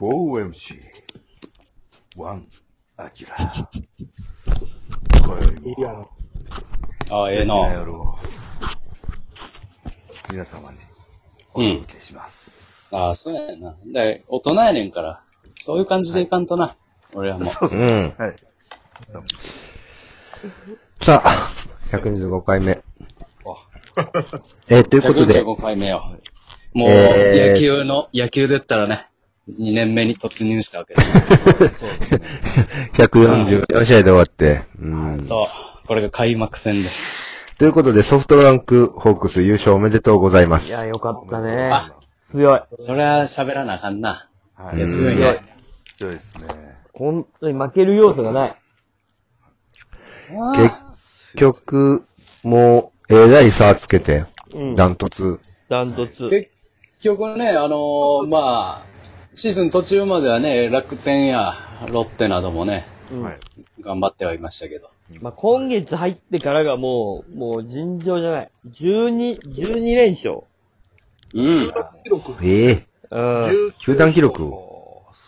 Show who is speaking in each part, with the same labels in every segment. Speaker 1: 4MC、ワン、アキラ。
Speaker 2: いいやろ。
Speaker 3: ああ、ええ
Speaker 1: 今夜
Speaker 3: な。
Speaker 1: 夜を、皆様にお
Speaker 3: うん
Speaker 1: 届けします。
Speaker 3: ああ、そうやな。だから大人やねんから、そういう感じでいかんとな。俺らも。
Speaker 4: うん。
Speaker 1: はい。
Speaker 4: さあ、125回目。
Speaker 3: あ
Speaker 4: え ーということで、
Speaker 3: 145回目よ。もう、
Speaker 4: えー
Speaker 3: 野球の、野球で言ったらね、2年目に突入したわけです。
Speaker 4: 144試合で終わって、うん。
Speaker 3: そう。これが開幕戦です。
Speaker 4: ということで、ソフトバンクホークス優勝おめでとうございま
Speaker 2: い
Speaker 4: す。
Speaker 2: や、よかったね。
Speaker 3: あ
Speaker 2: 強い。
Speaker 3: そりゃ喋らなあかんな。
Speaker 1: はい
Speaker 3: いや、
Speaker 4: うん
Speaker 3: 強いね。
Speaker 1: 強いですね。
Speaker 2: 本当に負ける要素がない。
Speaker 3: わ
Speaker 4: 結
Speaker 3: あ
Speaker 4: 局、もう、えらい差つけて、
Speaker 2: うん。
Speaker 4: ダントツ。
Speaker 2: ダントツ。
Speaker 3: 結局ね、あのーまあ、シーズン途中まではね、楽天やロッテなどもね、
Speaker 2: うん
Speaker 1: はい
Speaker 3: 頑張ってはいましたけど。
Speaker 2: まあ、今月入ってからがもう、もう尋常じゃない。12、12連勝。
Speaker 3: うん。
Speaker 4: ええ
Speaker 2: うん。
Speaker 4: 球団記録
Speaker 2: うん。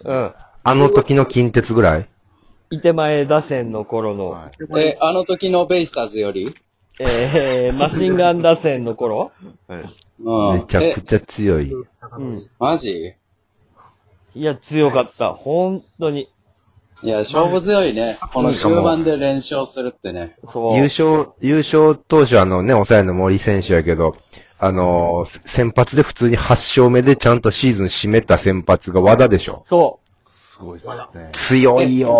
Speaker 4: あの時の近鉄ぐらい
Speaker 2: いて前打線の頃の、
Speaker 1: はい
Speaker 3: え、あの時のベイスターズより
Speaker 2: えー、マシンガン打線の頃
Speaker 1: はい。
Speaker 3: う
Speaker 4: め
Speaker 3: ん。
Speaker 4: ちゃ
Speaker 3: え
Speaker 4: くちゃ強い。
Speaker 2: うん。
Speaker 3: マジ
Speaker 2: いや、強かった。本当に。
Speaker 3: いや、勝負強いね。この終盤で連勝するってね。
Speaker 2: そう。
Speaker 4: 優勝、優勝当初あのね、抑えの森選手やけど、あのー先発で普通に8勝目でちゃんとシーズン締めた先発が和田でしょ。
Speaker 2: そ。
Speaker 1: すごいですね。
Speaker 4: 強いよー。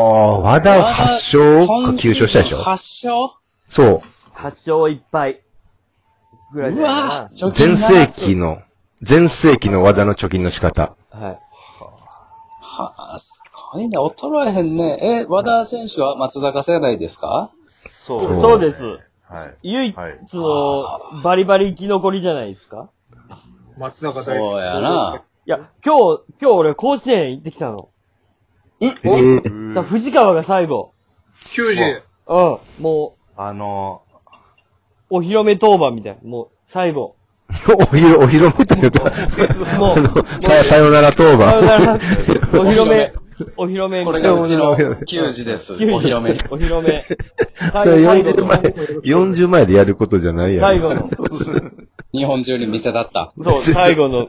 Speaker 4: 和田は8勝か9勝したでしょ。
Speaker 3: 今シーズン8。
Speaker 4: そう
Speaker 2: 8勝1敗。ぐらいうじ
Speaker 3: う
Speaker 2: ゃないか
Speaker 3: わ
Speaker 2: な
Speaker 3: ぁ
Speaker 4: う。前世紀。の、前世紀の和田の貯金の仕方。
Speaker 2: はい。
Speaker 3: はあ、すごいね。衰えへんね。え、和田選手は松坂世代ですか
Speaker 2: そう。
Speaker 4: そう
Speaker 2: そうです。
Speaker 1: はい。
Speaker 2: 唯一
Speaker 1: はい
Speaker 2: のバリバリ生き残りじゃないですか
Speaker 5: 松中
Speaker 3: そ
Speaker 5: 大
Speaker 3: うやな。
Speaker 2: いや、今日、今日俺甲子園行ってきたの。
Speaker 4: えー
Speaker 2: さあ、藤川が最後。
Speaker 5: 九時。
Speaker 2: うん。も
Speaker 1: あの
Speaker 2: う、お披露目当番みたいな。もう、最後。
Speaker 4: お披露、お披露目というか、
Speaker 2: も
Speaker 4: あ
Speaker 2: う、
Speaker 4: のささよなら当
Speaker 2: さよならお
Speaker 4: 番。
Speaker 2: 披露 目。お披露目。
Speaker 3: これがうち
Speaker 2: お
Speaker 3: の
Speaker 2: 披
Speaker 3: 球児 です。お
Speaker 2: 露目
Speaker 3: 披露目。
Speaker 2: お披露 目。
Speaker 4: そ
Speaker 2: 最後、
Speaker 4: れ
Speaker 2: 最後
Speaker 4: 40前
Speaker 2: の。、
Speaker 4: 40前でやることじゃないや
Speaker 2: 最
Speaker 4: ろ。
Speaker 2: 後の。
Speaker 3: 日本中に見せだった。
Speaker 2: そう、最後の。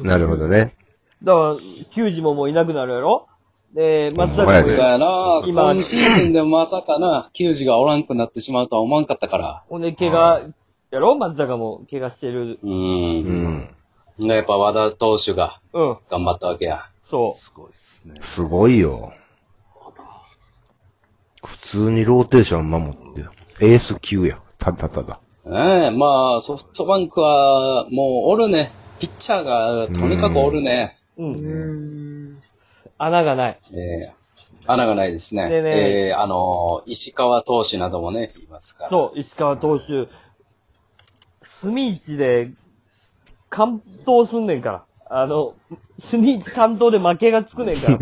Speaker 4: なるほどね。
Speaker 2: だから、球児ももういなくなるやろで、松坂も
Speaker 4: ほんまやで
Speaker 3: そうやな。
Speaker 2: 今
Speaker 3: 今シーズンでまさかな、球児がおらんくなってしまうとは思わんかったから。
Speaker 2: ほんで、怪我、やろ松坂も怪我してる。
Speaker 3: う。
Speaker 4: うんん。
Speaker 3: やっぱ和田投手が
Speaker 2: うん、
Speaker 3: 頑張ったわけや。
Speaker 2: そ
Speaker 1: すごいですね。
Speaker 4: すごいよ。普通にローテーション守って、エース級や。ただただ。
Speaker 3: ええ、まあ、ソフトバンクは、もうおるね。ピッチャーが、とにかくおるね。
Speaker 2: う。うん。
Speaker 5: うん。
Speaker 2: 穴がない。
Speaker 3: ええ穴がないですね。
Speaker 2: でね
Speaker 3: ええあの、石川投手などもね、いますから。
Speaker 2: そう、石川投手。隅市で、関東すんねんから。あの、隅市関東で負けがつくねんか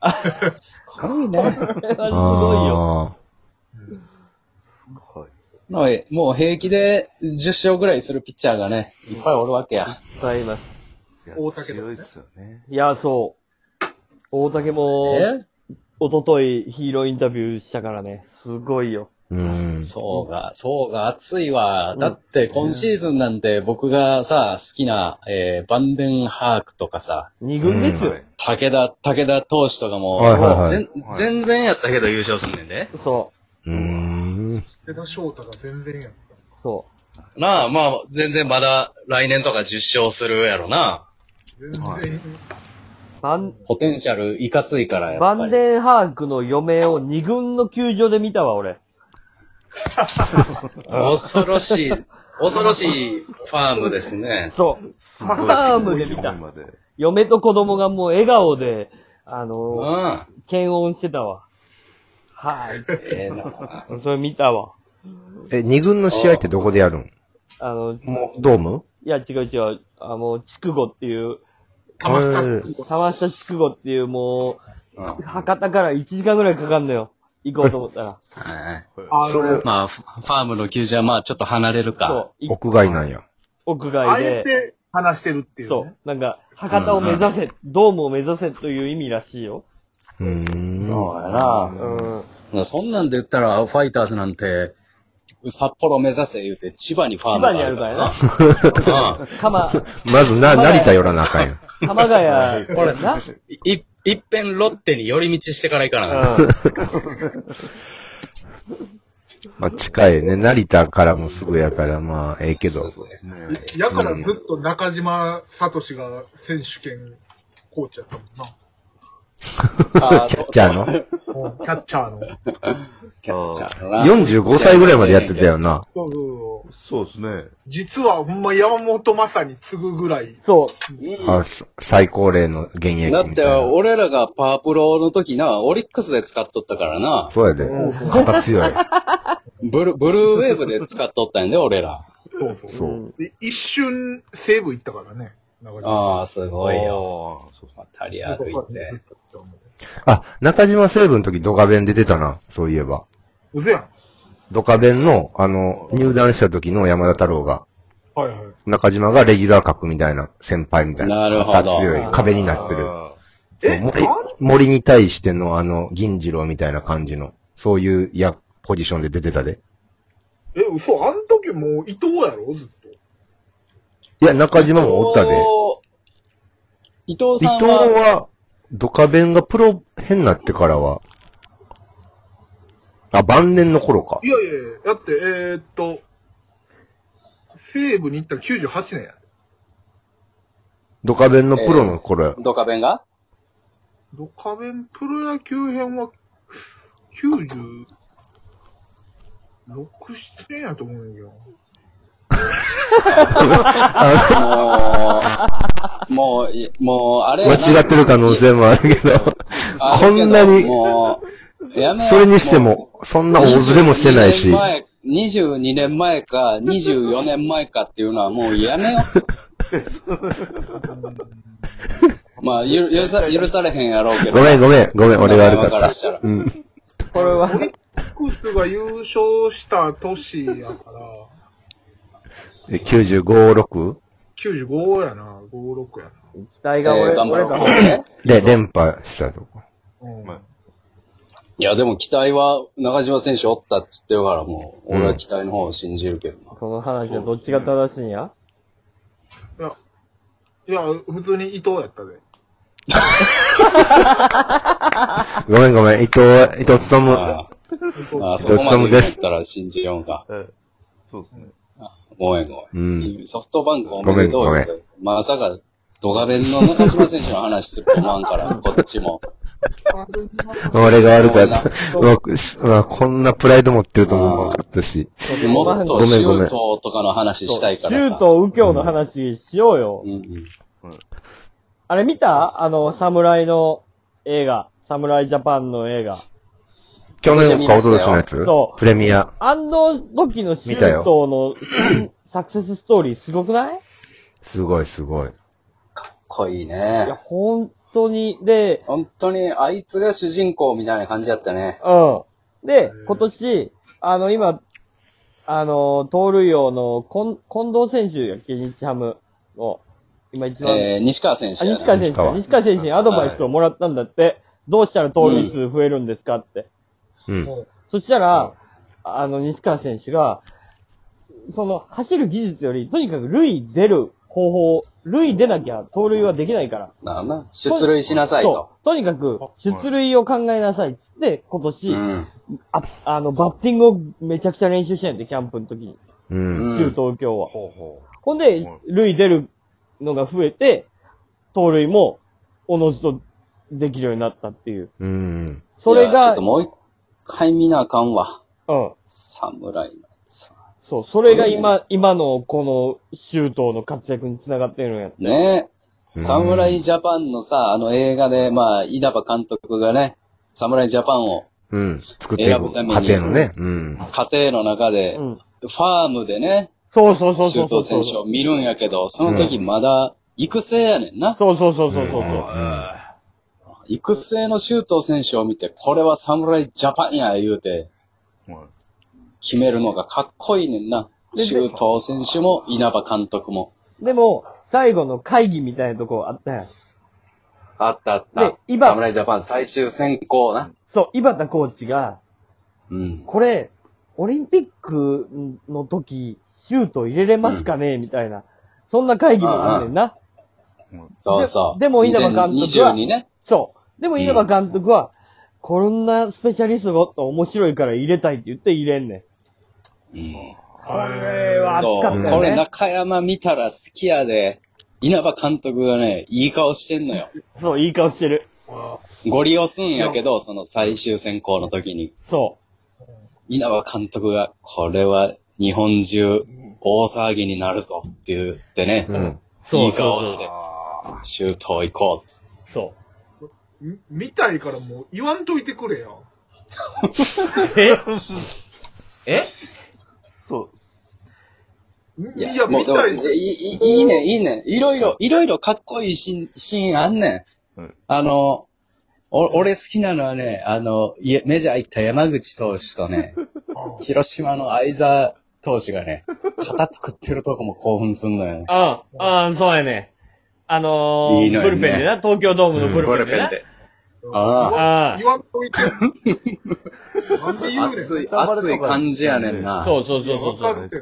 Speaker 2: ら。
Speaker 3: すごいね。
Speaker 2: あれすごいよ。
Speaker 3: もうもう平気で10勝ぐらいするピッチャーがね、いっぱいおるわけや。
Speaker 2: いっぱいいます。
Speaker 1: いや
Speaker 5: 大竹とか
Speaker 1: 強い
Speaker 5: ね
Speaker 1: ですよね。
Speaker 2: いや、そう。大竹も、
Speaker 3: え
Speaker 2: おとといヒーローインタビューしたからね。すごいよ。
Speaker 4: あー。うん。
Speaker 3: そうが、そうが熱いわ。だって今シーズンなんて僕がさ、好きな、ええバンデンハークとかさ、
Speaker 2: 二軍ですよ。
Speaker 3: 武田、武田投手とかも、
Speaker 4: はいはいはい
Speaker 3: 全全然やったけど優勝すんねんで。
Speaker 2: そう
Speaker 4: ーん。
Speaker 5: 出田翔太が全然やん。
Speaker 2: そ
Speaker 3: なあ、まあ、全然まだ来年とか10勝するやろな。
Speaker 5: 全然。
Speaker 2: う。バン、
Speaker 3: ポテンシャルいかついからやっぱ
Speaker 2: バン
Speaker 3: り。
Speaker 2: デンハークの嫁を二軍の球場で見たわ、俺。
Speaker 3: 恐ろし い、恐ろしいファームですね。
Speaker 2: そう。
Speaker 1: すごい
Speaker 2: ハームで見た
Speaker 1: すごい今まで
Speaker 2: 嫁と子供がもう笑顔で、あ
Speaker 3: う
Speaker 2: のー、
Speaker 3: ん。
Speaker 2: 検温してたわ。はい。
Speaker 3: ええな。
Speaker 2: それ見たわ。
Speaker 4: え、二軍の試合ってどこでやるん
Speaker 2: あの、い
Speaker 4: もう、ドーム
Speaker 2: や、違う違う、あの、筑後っていう、
Speaker 5: 玉下
Speaker 4: えー
Speaker 2: 玉下筑後っていうも
Speaker 3: うん
Speaker 2: う、博多から1時間ぐらいかかんのよ。行こうと思ったら。
Speaker 3: はい
Speaker 5: あの、
Speaker 3: まあ、フファームの球場はまあ、ちょっと離れるか。
Speaker 2: そう。い
Speaker 4: 屋外なんや。
Speaker 2: 屋
Speaker 5: あ
Speaker 2: 外
Speaker 5: え
Speaker 2: で。
Speaker 5: て、話してるっていう、ね。
Speaker 2: そう。なんか、博多を目指せ、ドームを目指せという意味らしいよ。
Speaker 4: うーん。
Speaker 3: そうや
Speaker 2: う
Speaker 3: な。
Speaker 2: ん。
Speaker 3: まあそんなんで言ったら、ファイターズなんて、札幌目指せ言うて、千葉にファ
Speaker 2: 千
Speaker 3: ームが
Speaker 2: 葉にあるからな。
Speaker 3: な。
Speaker 2: かま、
Speaker 4: まずな、成田寄らなあかんやん。
Speaker 2: 鎌ヶ谷、
Speaker 3: これ
Speaker 2: な。
Speaker 3: い、いいっぺんロッテに寄り道してから行かなあかん。
Speaker 2: う
Speaker 4: まあ、近いね。成田からもすぐやから、まあ、ええけど。
Speaker 1: ね
Speaker 5: やからずっと中島聡が選手権コーチやったもんな。
Speaker 3: あ
Speaker 4: キャッチャーの
Speaker 5: キャッチャーの。
Speaker 3: キャッチャーのな。
Speaker 4: ?45 歳ぐらいまでやってたよな。
Speaker 5: そうそうそう。
Speaker 1: そうですね。
Speaker 5: 実はほんま山本まさに次ぐぐらい。
Speaker 2: ん。そう。
Speaker 4: あそ最高齢の現役み
Speaker 3: だ
Speaker 4: たい
Speaker 3: っ
Speaker 4: な。
Speaker 3: て、俺らがパワープロの時な、オリックスで使っとったからな。
Speaker 4: そうやで。肩強い。
Speaker 3: ブル、ブルーウェーブで使っとったんやで、 俺ら。
Speaker 5: そうそう
Speaker 4: そうう。
Speaker 2: ん
Speaker 5: で一瞬西武行ったからね。中島
Speaker 3: ああ、すごいよ。
Speaker 1: よ。そう
Speaker 3: 渡り歩いて。
Speaker 4: あ、中島西部の時ドカベン出てたな。そういえば。
Speaker 5: うぜやん。
Speaker 4: ドカベンの、あの、入団した時の山田太郎が、
Speaker 5: はいはい。
Speaker 4: 中島がレギュラー格みたいな、先輩みたいな。
Speaker 3: なるほど
Speaker 4: 肩強い壁になってる。
Speaker 1: あ
Speaker 4: そう森森に対してのあの、銀次郎みたいな感じの、そういうや、ポジションで出てたで。
Speaker 5: え、嘘あん時もう伊藤やろずっと。
Speaker 4: いや、中島もおったで。
Speaker 3: 伊藤。伊藤
Speaker 4: 伊
Speaker 3: さん
Speaker 4: 藤
Speaker 3: は、
Speaker 4: は、ドカベンがプロ変になってからは、あ、晩年の頃か
Speaker 5: い。やいやいや、だって、えー、っと、西武に行ったら98年や。
Speaker 4: ドカベンのプロの頃や。
Speaker 3: ドカベンが
Speaker 5: ドカベンプロ野球編は、96、7年やと思うんやけど。
Speaker 3: もう、もうい、もう、あれや
Speaker 4: 間
Speaker 3: な
Speaker 4: 違ってる可能性もあるけど、
Speaker 3: ある
Speaker 4: こ
Speaker 3: けど
Speaker 4: んなに、
Speaker 3: もう、やめよう
Speaker 4: それにしても、そんな大ずれもしてないし、
Speaker 3: 22年前、22年前か、24年前かっていうのはもうやめよ う。まあ、ゆ許さ、許されへんやろうけど。
Speaker 4: ごめんごめん、ごめん、俺が悪か
Speaker 3: わ
Speaker 4: っ
Speaker 3: ら
Speaker 4: た。
Speaker 3: したら。
Speaker 4: うん。
Speaker 2: これは
Speaker 5: オ、リックスが優勝した年やから、
Speaker 4: で95、6?
Speaker 5: 95やな、56やな。
Speaker 2: 期待
Speaker 3: えー
Speaker 2: が俺、
Speaker 3: 頑張
Speaker 2: 俺
Speaker 3: ろう
Speaker 2: か。
Speaker 3: ね。
Speaker 4: で、連覇したとこ。
Speaker 5: うん。
Speaker 1: まあ
Speaker 3: いや、でも期待は中島選手おったって言ってるから、もう、俺は期待の方を信じるけどな。
Speaker 2: この話はどっちが正しいんや
Speaker 5: いや、普通に伊藤やったで。
Speaker 4: ごめんごめん、伊藤、伊藤勤
Speaker 3: ああああ、そこまで言ったら信じようか。
Speaker 1: ーえそうですね。
Speaker 3: ごめんごめん。
Speaker 4: う
Speaker 3: ソフトバンクおめでとう
Speaker 4: ごめん
Speaker 3: 言うてまさか、ドカベンの中島選手の話すると思わん から、こっちも。
Speaker 4: 俺が悪かった。うわしうわこんなプライド持ってると思わなかったし。
Speaker 3: もっと
Speaker 4: ごめん
Speaker 3: シ
Speaker 4: ごめ
Speaker 3: ュ
Speaker 4: ん
Speaker 3: ートとかの話したいからさ。
Speaker 2: シュート右京の話しようよ。
Speaker 3: うんうん
Speaker 2: あれ見たあの、侍の映画。侍ジャパンの映画。
Speaker 4: 去年かおととしのやつ
Speaker 2: そう
Speaker 4: プレミア。
Speaker 2: あの時のシュ
Speaker 4: 見た
Speaker 2: ー
Speaker 4: よ
Speaker 2: トのサクセスストーリーすごくない
Speaker 4: すごいすごい。
Speaker 3: こいい
Speaker 2: いや、
Speaker 3: ね。
Speaker 2: 本当に。で、
Speaker 3: 本当に、あいつが主人公みたいな感じだったね。
Speaker 2: うん。で、今年、あの、今、あの、盗塁王の近近藤選手やっけ、日ハムの。今一番。
Speaker 3: えー、西川選
Speaker 2: あ
Speaker 3: 手や
Speaker 2: 西川
Speaker 3: な。
Speaker 2: 選手
Speaker 4: 西川
Speaker 2: か。西川選手にアドバイスをもらったんだって。どうしたら盗塁数増えるんですかって。
Speaker 4: うん。
Speaker 2: そしたら、あの、西川選手が、その、走る技術より、とにかく塁出る方法、塁出なきゃ盗塁はできないから。
Speaker 3: なあな。出塁しなさいと
Speaker 2: そ。う。とにかく、出塁を考えなさいっつって、今年、
Speaker 3: うん。
Speaker 2: あ、あの、バッティングをめちゃくちゃ練習してんやって、キャンプの時に。
Speaker 4: う。
Speaker 3: うんん
Speaker 2: 中東京は。
Speaker 1: ほうほ
Speaker 2: ほんで、塁出るのが増えて、盗塁も、おのずとできるようになったっていう。
Speaker 4: うん。
Speaker 2: それ
Speaker 3: いやちょ
Speaker 2: が
Speaker 3: っと、もう一回見なあかんわ。
Speaker 2: うん。
Speaker 3: 侍のやつ。
Speaker 2: そう、それが今、今のこの、周東の活躍につながってるんや。
Speaker 3: ねえ。侍ジャパンのさ、あの映画で、まあ、稲葉監督がね、侍ジャパンを
Speaker 4: うん。作ってい
Speaker 3: 選ぶ
Speaker 4: く。
Speaker 3: た
Speaker 4: 家
Speaker 3: めに
Speaker 4: 庭のね。うん。
Speaker 3: 家庭の中で、
Speaker 2: うん。
Speaker 3: ファームでね、
Speaker 2: そうそうそう
Speaker 3: 周
Speaker 2: そうそう
Speaker 3: 東
Speaker 2: そう。
Speaker 3: 選手を見るんやけど、その時まだ育成やねんな。
Speaker 2: そうそうそうそうそう。
Speaker 1: う。うん
Speaker 3: 育成の周東選手を見て、これは侍ジャパンや言うて
Speaker 1: はい、
Speaker 3: 決めるのがかっこいいねんな。
Speaker 2: でで
Speaker 3: 周東選手も稲葉監督も。
Speaker 2: でも、最後の会議みたいなとこあったやん。
Speaker 3: あったあっ
Speaker 2: で
Speaker 3: た。
Speaker 2: 今
Speaker 3: 侍ジャパン最終選考な。
Speaker 2: そう、井端コーチが、
Speaker 3: うん。
Speaker 2: これ、オリンピックの時、シュート入れれますかね、みたいな。そんな会議もあんねんな。
Speaker 3: そうそう。
Speaker 2: ででも稲葉監督は
Speaker 3: 2022ね。
Speaker 2: そう。でも稲葉監督は、こんなスペシャリストがおったら面白いから入れたいって言って入れんねん。
Speaker 3: うん。
Speaker 2: これは熱
Speaker 3: そ
Speaker 2: か
Speaker 3: う。
Speaker 2: ったよ
Speaker 3: これ
Speaker 2: ね。
Speaker 3: 中山見たら好きやで、稲葉監督がね、いい顔してんのよ。
Speaker 2: そう、いい顔してる。
Speaker 3: ご利用すんやけど、その最終選考の時に。
Speaker 2: そ
Speaker 3: 稲葉監督が、これは日本中大騒ぎになるぞって言ってね、
Speaker 4: うん。
Speaker 2: そう
Speaker 3: いい顔して、
Speaker 1: あ
Speaker 3: シュート行こうっつって。
Speaker 2: う。そ
Speaker 5: み見たいからもう言わんといてくれよ。
Speaker 2: う。え
Speaker 6: え
Speaker 2: そう。
Speaker 5: ん
Speaker 3: い
Speaker 5: い
Speaker 3: や、
Speaker 5: や、
Speaker 3: もう
Speaker 5: 見
Speaker 3: でも
Speaker 5: た
Speaker 3: い
Speaker 5: い。
Speaker 3: い、いいいいね、いいね。いろいろ、いろいろかっこいいシーン、シーンあんねん。
Speaker 1: うん
Speaker 3: あの、お俺好きなのはね、あの、いえメジャー行った山口投手とね、広島の相沢投手がね、肩作ってるとこも興奮すんのよね。
Speaker 2: ああ、あそうやね。あのー
Speaker 3: いいのよ
Speaker 2: ブ
Speaker 3: ね
Speaker 2: ルペンでな、東京ドームのブルペンでな。
Speaker 3: で。
Speaker 5: 言
Speaker 3: あ
Speaker 5: わ
Speaker 2: あ
Speaker 5: ん言わんと いて。なんで言うね
Speaker 3: あ。
Speaker 5: ん。
Speaker 3: 熱い、熱い感じやねんな。
Speaker 2: そうそうそうそうそ
Speaker 5: わか
Speaker 2: う。
Speaker 5: るって。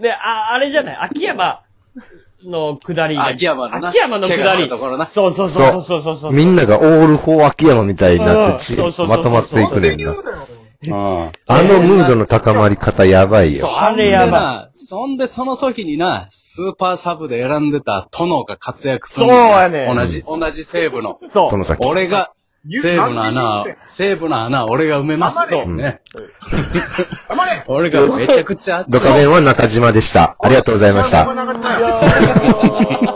Speaker 2: で、あ、あれじゃない、秋山の下り。
Speaker 3: 秋山のな。
Speaker 2: 秋山の下
Speaker 3: 怪我した
Speaker 2: り。
Speaker 3: ところな。
Speaker 2: そうそうそうそうそうそう。
Speaker 4: みんながオールフォー秋山みたいになって
Speaker 2: うん
Speaker 4: ち
Speaker 2: そうそうそうそう
Speaker 4: まとまっていくねん
Speaker 5: 言
Speaker 4: な
Speaker 5: う。なよ。
Speaker 3: うん。
Speaker 4: あのムードの高まり方やばいよ。
Speaker 2: あれやばい。
Speaker 3: ばそんでその時にな、スーパーサブで選んでた殿が活躍する
Speaker 2: そうやねん
Speaker 3: 同じ、同じ西武の。
Speaker 2: そう。
Speaker 4: その先。
Speaker 3: 俺が、西武の穴を
Speaker 5: 言うなんで言うてん、
Speaker 3: 西武の穴を俺が埋めますと。ね。
Speaker 5: 黙れ
Speaker 3: 俺がめちゃくちゃ熱
Speaker 4: ド
Speaker 3: い。
Speaker 4: カベンは中島でした。ありがとうございました。
Speaker 5: 黙らなかったよ
Speaker 3: あ ー